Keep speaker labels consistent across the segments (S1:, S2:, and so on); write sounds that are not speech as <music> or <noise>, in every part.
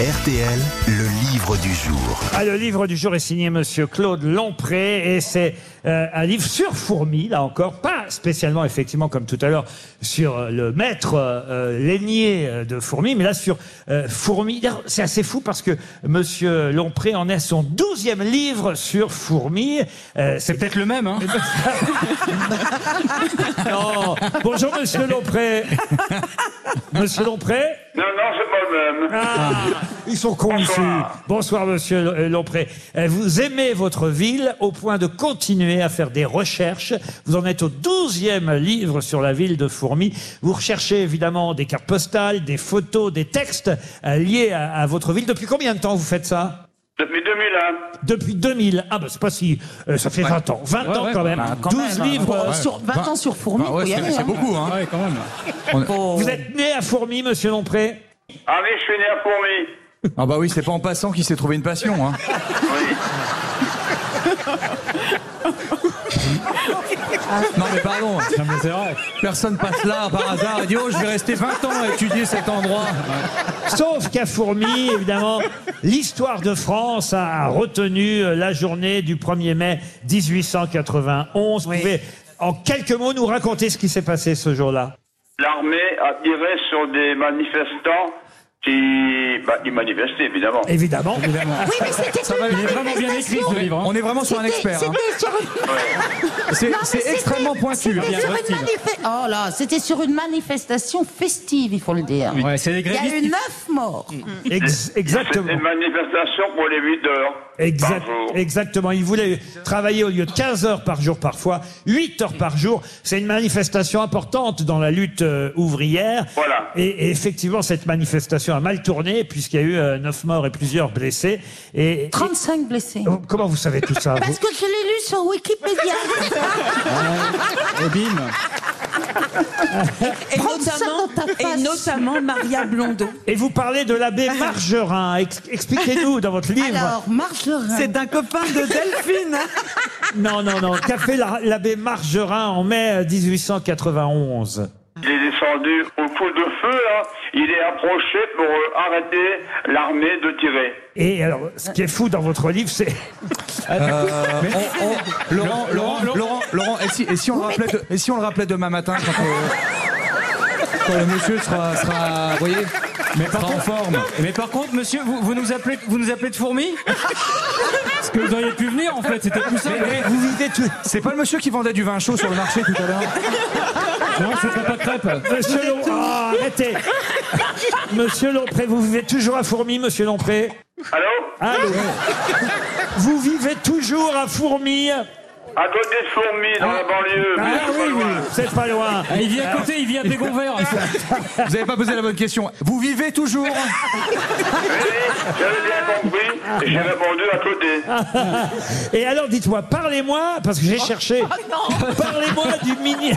S1: RTL, le livre du jour.
S2: Ah, le livre du jour est signé Monsieur Claude Lompré et c'est euh, un livre sur fourmis, là encore, pas spécialement effectivement comme tout à l'heure sur euh, le maître euh, l'aîné euh, de fourmis, mais là sur euh, fourmis. D'ailleurs, C'est assez fou parce que Monsieur Lompré en est à son douzième livre sur fourmis. Euh, c'est peut-être
S3: <laughs>
S2: le même. Hein non. Bonjour Monsieur Lompré. Monsieur Lompré.
S4: Non, non, c'est pas le même.
S2: Ah, ils sont cons ici. Bonsoir, monsieur L- Lompré. Euh, Vous aimez votre ville au point de continuer à faire des recherches. Vous en êtes au 12e livre sur la ville de Fourmi. Vous recherchez évidemment des cartes postales, des photos, des textes euh, liés à, à votre ville. Depuis combien de temps vous faites ça
S4: Depuis 2001.
S2: depuis 2000, ah bah c'est pas si, euh, ça fait 20 ans, 20 ans
S3: ouais,
S2: quand même,
S3: bah, quand
S2: 12
S3: même, hein.
S2: livres.
S5: Euh, sur 20 ans sur fourmi,
S3: Bah
S5: faut
S3: ouais,
S5: y
S3: c'est-
S5: aller,
S3: c'est
S5: hein.
S3: beaucoup, hein. quand même.
S5: Faut-
S2: Vous êtes né à Fourmi, monsieur Lompré
S4: Ah oui, je suis né à Fourmi.
S3: Ah bah oui, c'est pas en passant qu'il s'est trouvé une passion,
S5: <laughs>
S3: hein. Non mais pardon, personne passe là par hasard et dit oh je vais rester 20 ans à étudier cet endroit.
S2: Sauf qu'à Fourmi, évidemment, l'histoire de France a retenu euh, la journée du 1er mai 1891. Vous pouvez, en quelques mots, nous raconter ce qui s'est passé ce jour-là.
S4: L'armée a tiré sur des manifestants qui, bah, qui manifestaient, évidemment.
S2: Évidemment.
S5: Oui, mais c'était
S3: Ça
S5: pas
S3: va,
S5: une
S3: il est vraiment bien
S5: manifestation.
S3: écrit ce livre. hein. On est vraiment sur un
S5: C'était-
S3: expert. hein.
S5: C'était sur une-
S3: C'est
S5: Non, mais
S3: c'est
S5: c'était-
S3: extrêmement pointu. hein.
S5: C'était sur, une manifestation. oh là, c'était sur une manifestation festive, il faut le dire.
S6: Ouais, c'est des
S5: Il y a
S6: grévistes.
S5: eu neuf morts.
S3: Mm.
S5: Mm.
S2: Ex-
S4: C'était
S2: exactement.
S4: une manifestation pour les 8 heures.
S2: Exact-
S4: par jour.
S2: exactement. Il voulait travailler au lieu de 15 heures par jour parfois, 8 heures par jour. C'est une manifestation importante dans la lutte euh, ouvrière.
S4: Voilà.
S2: Et, et effectivement, cette manifestation a mal tourné puisqu'il y a eu 9 morts et plusieurs blessés. Et, et-
S5: 35 blessés.
S2: Oh, comment vous savez tout ça vous
S5: Parce que je l'ai lu sur
S3: <laughs>
S5: Wikipédia.
S3: Et bim.
S7: Et
S5: Prends ça
S7: notamment,
S5: dans ta face.
S7: et notamment Maria Blondeau.
S2: Et vous parlez de l'abbé Margerin. Ex- Expliquez-nous dans votre livre.
S5: Alors, Margerin.
S7: C'est un copain de Delphine.
S2: Non, non, non. Qu'a fait la- l'abbé Margerin en mai euh, 1891
S4: Il est descendu au coup de feu, là. Il est approché pour euh, arrêter l'armée de tirer.
S2: Et alors, ce qui est fou dans votre livre, c'est
S3: Euh, on- on- Laurent, Laurent, Laurent, Laurent, et si, et si on le rappelait, de- et si on le rappelait demain matin quand, euh, quand le monsieur sera, sera, vous voyez, mais pas en forme.
S6: Mais par contre, monsieur, vous, vous nous appelez, vous nous appelez de fourmis Parce que vous auriez pu venir, en fait, c'était tout ça.
S3: Vous vivez tout. C'est pas le monsieur qui vendait du vin chaud sur le marché tout à l'heure
S6: Non, je ferai pas de crêpes.
S2: Monsieur Lom- Ah, arrêtez. Monsieur Lompré, vous vivez toujours à Fourmi, Monsieur Lompré
S4: Allô
S2: Allô <laughs> Vous vivez toujours à Fourmi Hein?
S4: À côté de Fourmi, dans la banlieue. mais
S2: Ah
S4: c'est pas
S2: oui, oui,
S4: loin.
S2: c'est pas loin.
S6: Ah, il vit à côté, il vit à Bégonvert.
S3: Vous avez pas posé la bonne question. Vous vivez toujours
S4: Oui, J'avais bien compris. et J'ai répondu à côté.
S2: Et alors, dites-moi, parlez-moi, parce que j'ai
S5: Oh.
S2: cherché. Parlez-moi du
S5: <laughs>
S2: mini.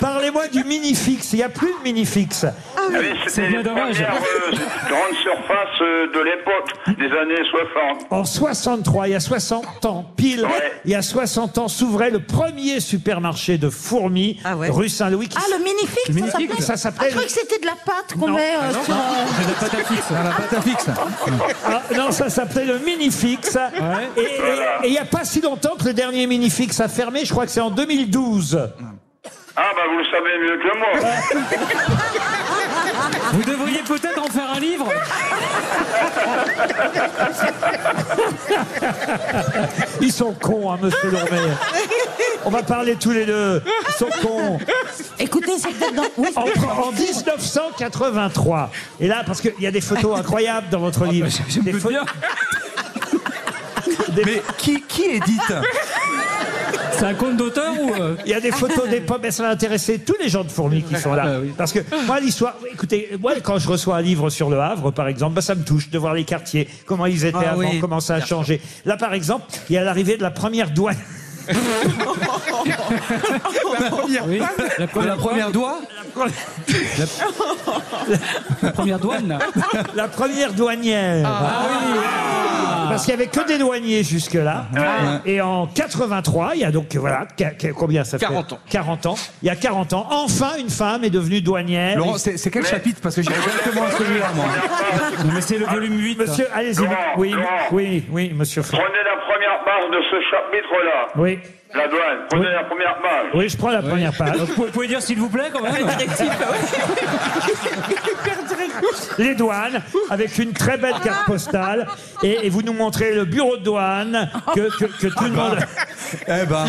S2: Parlez-moi du minifix. Il n'y a plus de minifix.
S4: Ah Oui,
S6: C'est
S4: C'était
S6: bien
S4: les
S6: dommage.
S4: premières euh, grandes surfaces euh, de l'époque, des années 60.
S2: En 63, il y a 60 ans, pile,
S4: Ouais.
S2: il y a 60 ans, s'ouvrait le premier supermarché de fourmis,
S7: Ah ouais.
S2: rue Saint-Louis. qui
S5: Ah, le minifix,
S2: Le minifix, ça s'appelle-
S5: ça s'appelle. Ah, Je croyais que c'était de la pâte qu'on
S2: Non.
S5: met euh, sur. euh,
S6: J'ai la patate fixe.
S3: Ah, la patate fixe.
S2: Ah, non, ça s'appelait le Minifix. Et- Et il n'y a pas si longtemps que le dernier Minifix a fermé, je crois que c'est en 2012.
S4: Ah bah vous le savez mieux que moi.
S6: Vous devriez peut-être en faire un livre.
S2: Ils sont cons, hein, monsieur
S5: <laughs>
S2: Lormet. On va parler tous les deux. Ils sont cons.
S5: Écoutez, c'est peut-être dans.
S3: <laughs>
S5: Oui, <laughs>
S2: En, en 1983. Et là, parce qu'il y a des
S6: <laughs>
S2: photos incroyables dans
S6: Ah,
S2: votre livre.
S6: bah,
S2: Des pho- des-
S3: Mais qui, qui édite
S6: C'est un compte d'auteur ou euh,
S2: Il y a des photos des pommes, et ça va intéresser tous les gens de fourmis qui sont là.
S6: Ah oui.
S2: Parce que moi, l'histoire, écoutez, moi, quand je reçois un livre sur le Havre, par exemple, bah, ça me touche de voir les quartiers, comment ils
S6: Ah,
S2: étaient avant, comment ça a changé. Là, par exemple, il y a l'arrivée de la première douane.
S6: oui, la
S3: de
S6: première,
S3: la première doigt
S6: la première douane là.
S2: La première douanière. Ah Parce qu'il n'y avait que des douaniers jusque-là. Et en 83, il y a donc, voilà, ca- ca- combien ça
S8: 40
S2: fait
S8: ans.
S2: 40 ans. Il y a 40 ans, enfin, une femme est devenue douanière.
S3: Ah, Laurent, c'est c'est quel
S4: Mais-
S3: chapitre Parce que j'ai exactement celui-là, moi.
S6: Non, mais c'est le volume 8.
S2: Monsieur, allez-y.
S4: Laurent,
S2: Oui,
S4: Laurent.
S2: oui, oui, monsieur Fr-
S4: <laughs> Prenez la première page de ce chapitre-là.
S2: Oui,
S4: La douane, prenez la première page.
S2: oui, je prends la première page.
S6: Vous pouvez, pouvez dire s'il vous plaît quand même
S7: bah
S2: les douanes avec une très belle carte postale et, et vous nous montrez le bureau de douane que, que- que tout le monde.
S3: Eh ben,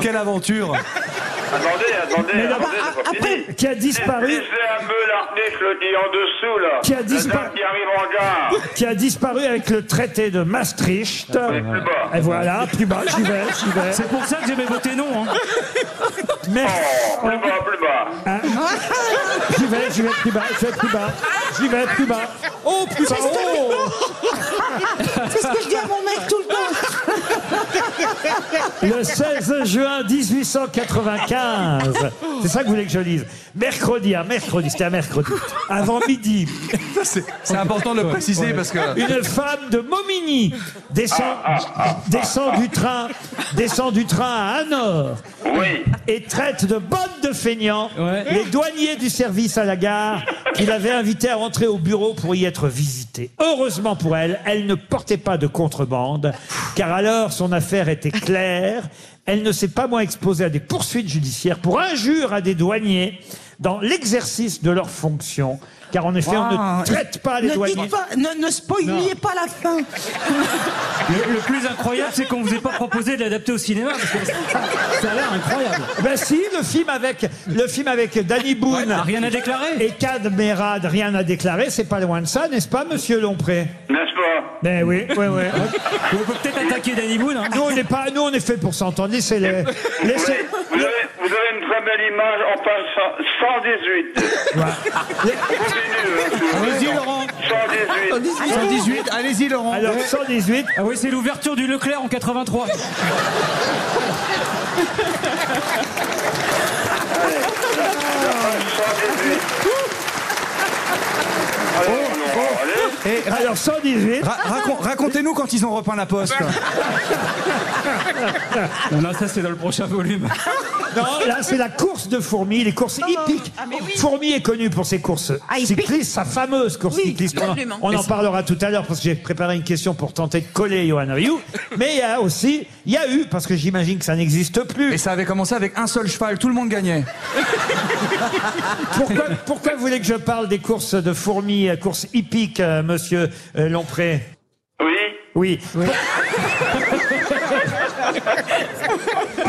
S3: quelle aventure
S4: Attendez, attendez, attendez, c'est pas fini.
S2: qui a disparu,
S4: Laissez un peu l'article dit en dessous, là.
S2: Qui a
S4: La
S2: disparu.
S4: dame qui arrive en gare.
S2: qui a disparu avec le traité de Maastricht.
S4: Ah, plus bas.
S2: Et voilà, plus bas, j'y vais, j'y vais.
S6: C'est pour ça que j'aimais voter non. Hein.
S2: <laughs> Mais
S4: Oh, plus bas, plus bas.
S2: j'y vais, j'y vais plus bas, j'y vais plus bas, j'y vais plus bas. Oh putain, oh
S7: C'est ce que je dis à mon mec tout le temps.
S2: Le 16 juin 1895. C'est ça que vous voulez que je lise. Mercredi, à mercredi, c'était à mercredi. Avant midi,
S3: C'est important de le préciser parce que.
S2: Une femme de Momigny descend, descend du train, descend du train à Hanovre
S4: Oui.
S2: et traite de bonne de feignants
S6: Ouais.
S2: les douaniers du service à la gare qui l'avaient invitée à rentrer au bureau pour y être visitée. Heureusement pour elle, elle ne portait pas de contrebande, car alors son affaire était claire. Elle ne s'est pas moins exposée à des poursuites judiciaires pour injures à des douaniers dans l'exercice de leurs fonctions. Car en effet, on ne
S3: Wow.
S2: traite pas les
S7: Ne
S2: douaniers.
S7: dites pas, ne, ne spoiliez pas la fin.
S6: Le, le plus incroyable, c'est qu'on vous ait pas proposé de l'adapter au cinéma. Parce que ça- ça a l'air incroyable.
S2: Ben si, le film avec, le film avec Danny Boone
S6: Rien à déclarer.
S2: et Cadmerade, rien à déclarer, c'est pas loin de ça, n'est-ce pas, monsieur Lompré
S4: N'est-ce pas
S2: Ben oui, oui, oui.
S6: On peut peut-être attaquer Danny Boone. Hein.
S2: <laughs> Nous, on est, pas, nous, on est fait pour s'entendre. Laissez les.
S4: Oui.
S2: Laissez.
S4: Vous avez, vous avez une très belle image en page 118.
S2: Voilà.
S4: Continue, hein.
S3: Allez-y, Laurent
S4: 118.
S3: 118, allez-y, Laurent
S2: Alors, 118,
S6: Ah oui, c'est l'ouverture du Leclerc en 83.
S4: Page 118. Alors, Laurent, allez.
S3: Et ra-
S2: alors 118,
S3: ra- racon- racontez-nous quand ils ont repeint la poste.
S6: Non, non, ça c'est dans le prochain volume.
S2: non, là, c'est la course de fourmis, les courses hippiques. Fourmis est connu pour ses courses cyclistes, sa fameuse course cycliste. On en-
S7: absolument.
S2: On, en parlera tout à l'heure parce que j'ai préparé une question pour tenter de coller Johan Rioux. Mais il y a aussi, il y a eu, parce que j'imagine que ça n'existe plus.
S3: Et ça avait commencé avec un seul cheval, tout le monde gagnait.
S2: Pourquoi, pourquoi vous voulez que je parle des courses de fourmis, euh, courses hippiques, euh, monsieur euh, Lompré
S4: Oui.
S2: Oui.
S4: Non,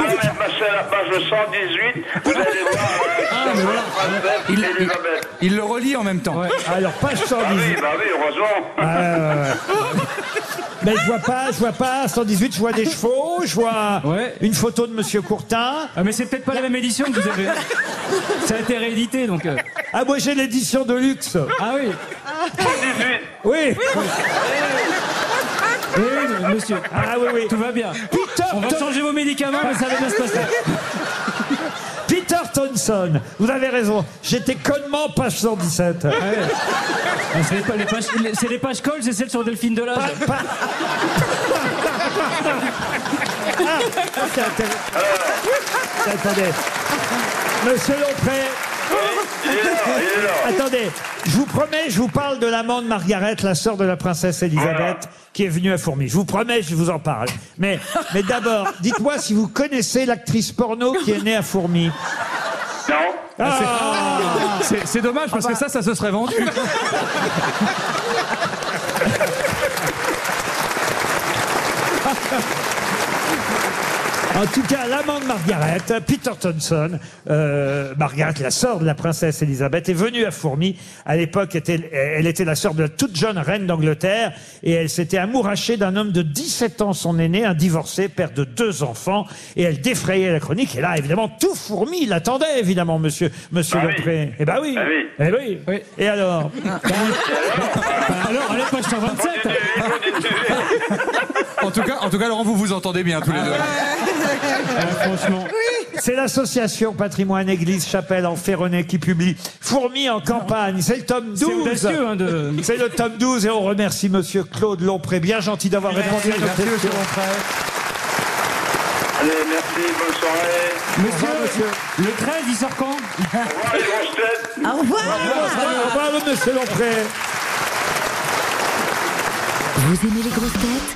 S4: mais passez à la page 118. Vous allez voir. euh,
S3: Ah,
S4: Françoise
S3: Il-
S4: Elisabeth.
S3: Il le relit en même temps.
S2: Alors, page
S4: Ah oui,
S2: 118.
S4: bah oui, heureusement.
S2: Mais je vois pas, je vois pas 118, je vois des chevaux, je vois
S6: Ouais.
S2: une photo de monsieur Courtin.
S6: Ah, mais c'est peut-être pas la même édition que vous avez. Ça a été réédité donc. euh.
S2: Ah, moi j'ai l'édition de luxe.
S6: Ah oui.
S4: 118.
S2: Oui.
S6: Oui, oui, monsieur.
S2: Ah oui, oui.
S6: Tout va bien.
S2: Peter,
S6: On va
S2: Thom-
S6: changer vos médicaments, mais ça va bien se passer.
S2: Peter Thompson, vous avez raison. J'étais connement page 117.
S6: Ah, c'est les pa- les pages- les- C'est les pages Cole, c'est celle sur Delphine Delage.
S2: Pas- Ah, c'est intéressant. Attendez. Monsieur Lompré,
S4: Il est là, il est là.
S2: attendez. Je vous promets, je vous parle de l'amant de Margaret, la sœur de la princesse Elisabeth, qui est venue à Fourmi. Je vous promets, je vous en parle. Mais, mais d'abord, dites-moi si vous connaissez l'actrice porno qui est née à Fourmi.
S4: Non.
S3: C'est c'est dommage parce que ça, ça se serait vendu.
S2: En tout cas, l'amant de Margaret, Peter Thompson, euh, Margaret, la sœur de la princesse Elisabeth, est venue à Fourmi. À l'époque, était- elle était la sœur de la toute jeune reine d'Angleterre et elle s'était amourachée d'un homme de 17 ans, son aîné, un divorcé, père de deux enfants. Et elle défrayait la chronique. Et là, évidemment, tout Fourmi l'attendait, évidemment, monsieur, monsieur
S4: Bah oui.
S2: Lepré. Eh ben oui.
S4: Bah oui.
S2: Eh oui.
S6: Oui.
S2: Et alors
S6: Alors, allez, page 127.
S3: Ah En tout cas, en tout cas Laurent, vous vous entendez bien tous les deux.
S6: Ah, franchement.
S2: C'est l'association Patrimoine Église Chapelle en Ferronnet qui publie Fourmis en campagne. C'est le tome 12.
S6: audacieux, hein, de-
S2: C'est le tome 12 et on remercie monsieur Claude Lompré. Bien gentil d'avoir répondu à nos
S3: Merci,
S2: questions.
S3: monsieur Monfray.
S4: Allez, merci, bonne soirée.
S6: Monsieur, le 13, il sort quand
S4: Au revoir les grosses têtes.
S7: Au revoir.
S2: Bravo, monsieur Lompré.
S8: Vous aimez les grosses têtes